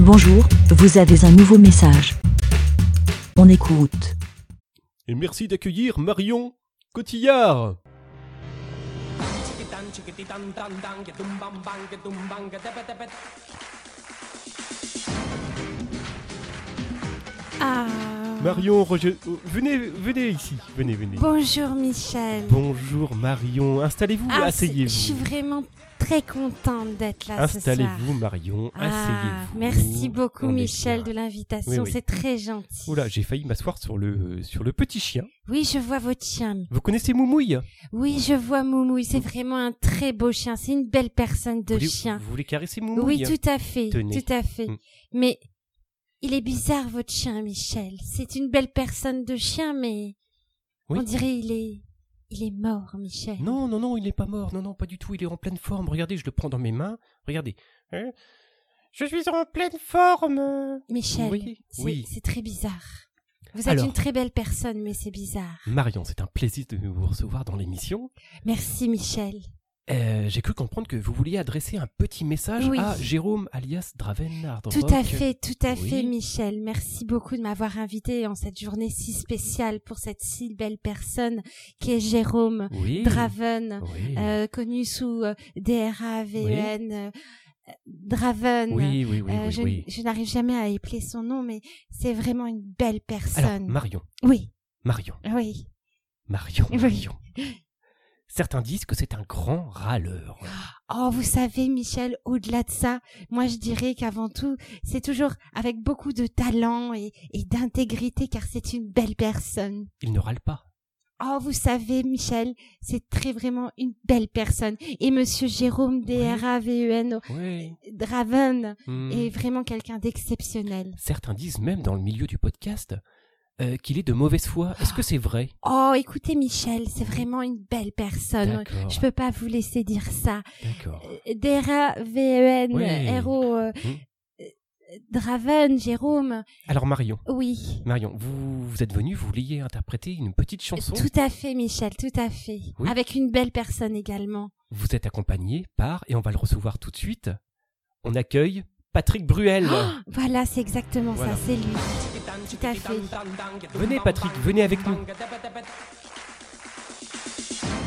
Bonjour, vous avez un nouveau message. On écoute. Et merci d'accueillir Marion Cotillard. Ah. Marion, Roger- oh, venez, venez ici, venez, venez. Bonjour Michel. Bonjour Marion, installez-vous, Ah, c'est- Je suis asseyez-vous. vraiment très contente d'être là ce soir. Installez-vous Marion, Ah, asseyez-vous. Oh, merci beaucoup On est Michel là. de l'invitation, Oui, oui. c'est très gentil. Oula, j'ai failli m'asseoir sur le, sur le petit chien. Oui, je vois votre chien. Vous connaissez Moumouille Oui, je vois Moumouille, c'est vraiment un très beau chien, c'est une belle personne de vous voulez, chien. Vous voulez caresser Moumouille Oui, tout à fait, hein? Tenez. tout à fait. Mm. Mais il est bizarre votre chien Michel. C'est une belle personne de chien mais Oui. on dirait il est il est mort Michel. Non, non, non, il n'est pas mort. Non, non, pas du tout. Il est en pleine forme. Regardez, je le prends dans mes mains. Regardez. Hein Je suis en pleine forme. Michel, Oui, c'est oui. c'est très bizarre. Vous êtes Alors. une très belle personne, mais c'est bizarre. Marion, c'est un plaisir de vous recevoir dans l'émission. Merci, Michel. Euh, J'ai cru comprendre que vous vouliez adresser un petit message Oui. à Jérôme alias Draven Tout à fait, tout à Oui. fait, Michel. Merci beaucoup de m'avoir invité en cette journée si spéciale pour cette si belle personne qui est Jérôme Oui. Draven, Oui. euh, connu sous euh, D-R-A-V-E-N. euh, Draven. oui, oui, oui, Euh, oui, je oui. je n'arrive jamais à épeler son nom, mais c'est vraiment une belle Alors, personne. Marion, oui, Marion, oui. Marion, Oui. Marion. Certains disent que c'est un grand râleur. Oh, vous savez, Michel, au-delà de ça, moi je dirais qu'avant tout, c'est toujours avec beaucoup de talent et, et d'intégrité, car c'est une belle personne. Il ne râle pas. Oh, vous savez, Michel, c'est très vraiment une belle personne. Et Monsieur Jérôme D-R-A-V-E-N Oui. E Hmm. Draven Mm. est vraiment quelqu'un d'exceptionnel. Certains disent même dans le milieu du podcast euh, qu'il est de mauvaise foi. Est-ce que c'est vrai Oh, écoutez, Michel, c'est vraiment une belle personne. D'accord. Ah, Je peux pas vous laisser dire ça. Euh, D'accord. D-R-A-V-E-N, Ouais. héros, euh, Hmm. euh, Draven, Jérôme, Alors Marion, oui. Marion, vous, vous êtes venue, vous vouliez interpréter une petite Euh, chanson. Tout à fait, Michel, tout à fait. Oui. Avec une belle personne également. Vous êtes accompagnée par, et on va le recevoir tout de suite, on accueille Patrick Bruel. Voilà, c'est exactement Voilà. ça, c'est lui. Tout à fait. venez Patrick, venez avec nous.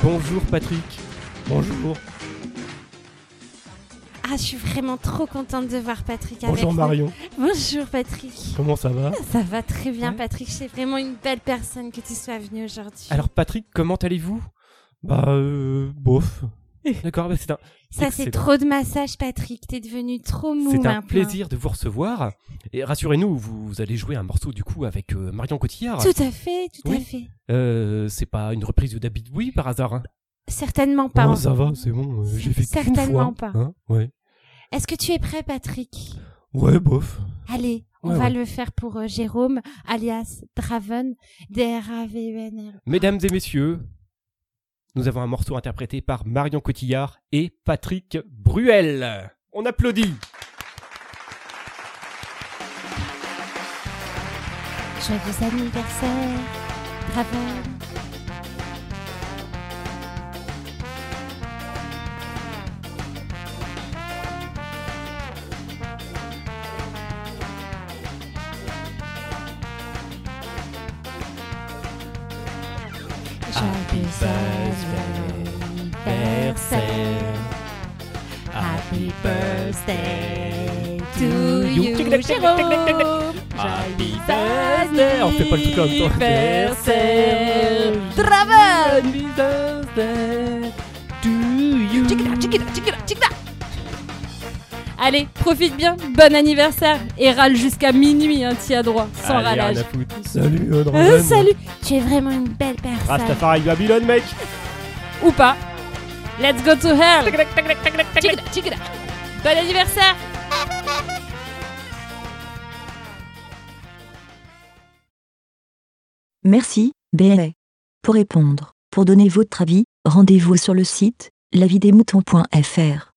Bonjour Patrick. Bonjour. Ah, je suis vraiment trop contente de voir Patrick avec Bonjour nous. Marion, Bonjour Patrick. comment ça va Ça va très bien, Ouais. Patrick. C'est vraiment une belle personne que tu sois venu aujourd'hui. Alors Patrick, comment allez-vous Bah, euh, bof. D'accord, bah, c'est un, ça, c'est excellent. trop de massage, Patrick. T'es devenu trop mou c'est un maintenant. plaisir de vous recevoir. Et rassurez-nous, vous allez jouer un morceau du coup avec euh, Marion Cotillard. Tout à fait, tout à Oui. fait. Euh, c'est pas une reprise de David Bowie par hasard. hein Certainement pas. Non, ça va, c'est bon, euh, j'ai fait qu'une Certainement fois. pas. Hein ouais. Est-ce que tu es prêt, Patrick ouais, bof. Allez, on Ouais, va ouais. le faire pour euh, Jérôme, alias Draven, D-R-A-V-E-N. Mesdames et messieurs, nous avons un morceau interprété par Marion Cotillard et Patrick Bruel. On applaudit. Joyeux anniversaire, Draven. Joyeux anniversaire. Happy birthday to you, Jérôme. Happy birthday. On fait pas le truc en même temps. Anniversaire. Draven. Happy birthday to you. Tchikida, tchikida, tchikida, tchikida. Allez, profite bien, bon anniversaire et râle jusqu'à minuit, hein, t'y as droit, sans Allez, rien râlage. à foutre. Salut, euh, Euh, Draven. salut, tu es vraiment une belle personne. Rastafari Babylone, mec. Ou pas. Let's go to hell. Tchikida, tchikida. Bon anniversaire. Merci, BLA. Pour répondre, pour donner votre avis, rendez-vous sur le site lavidemouton.fr.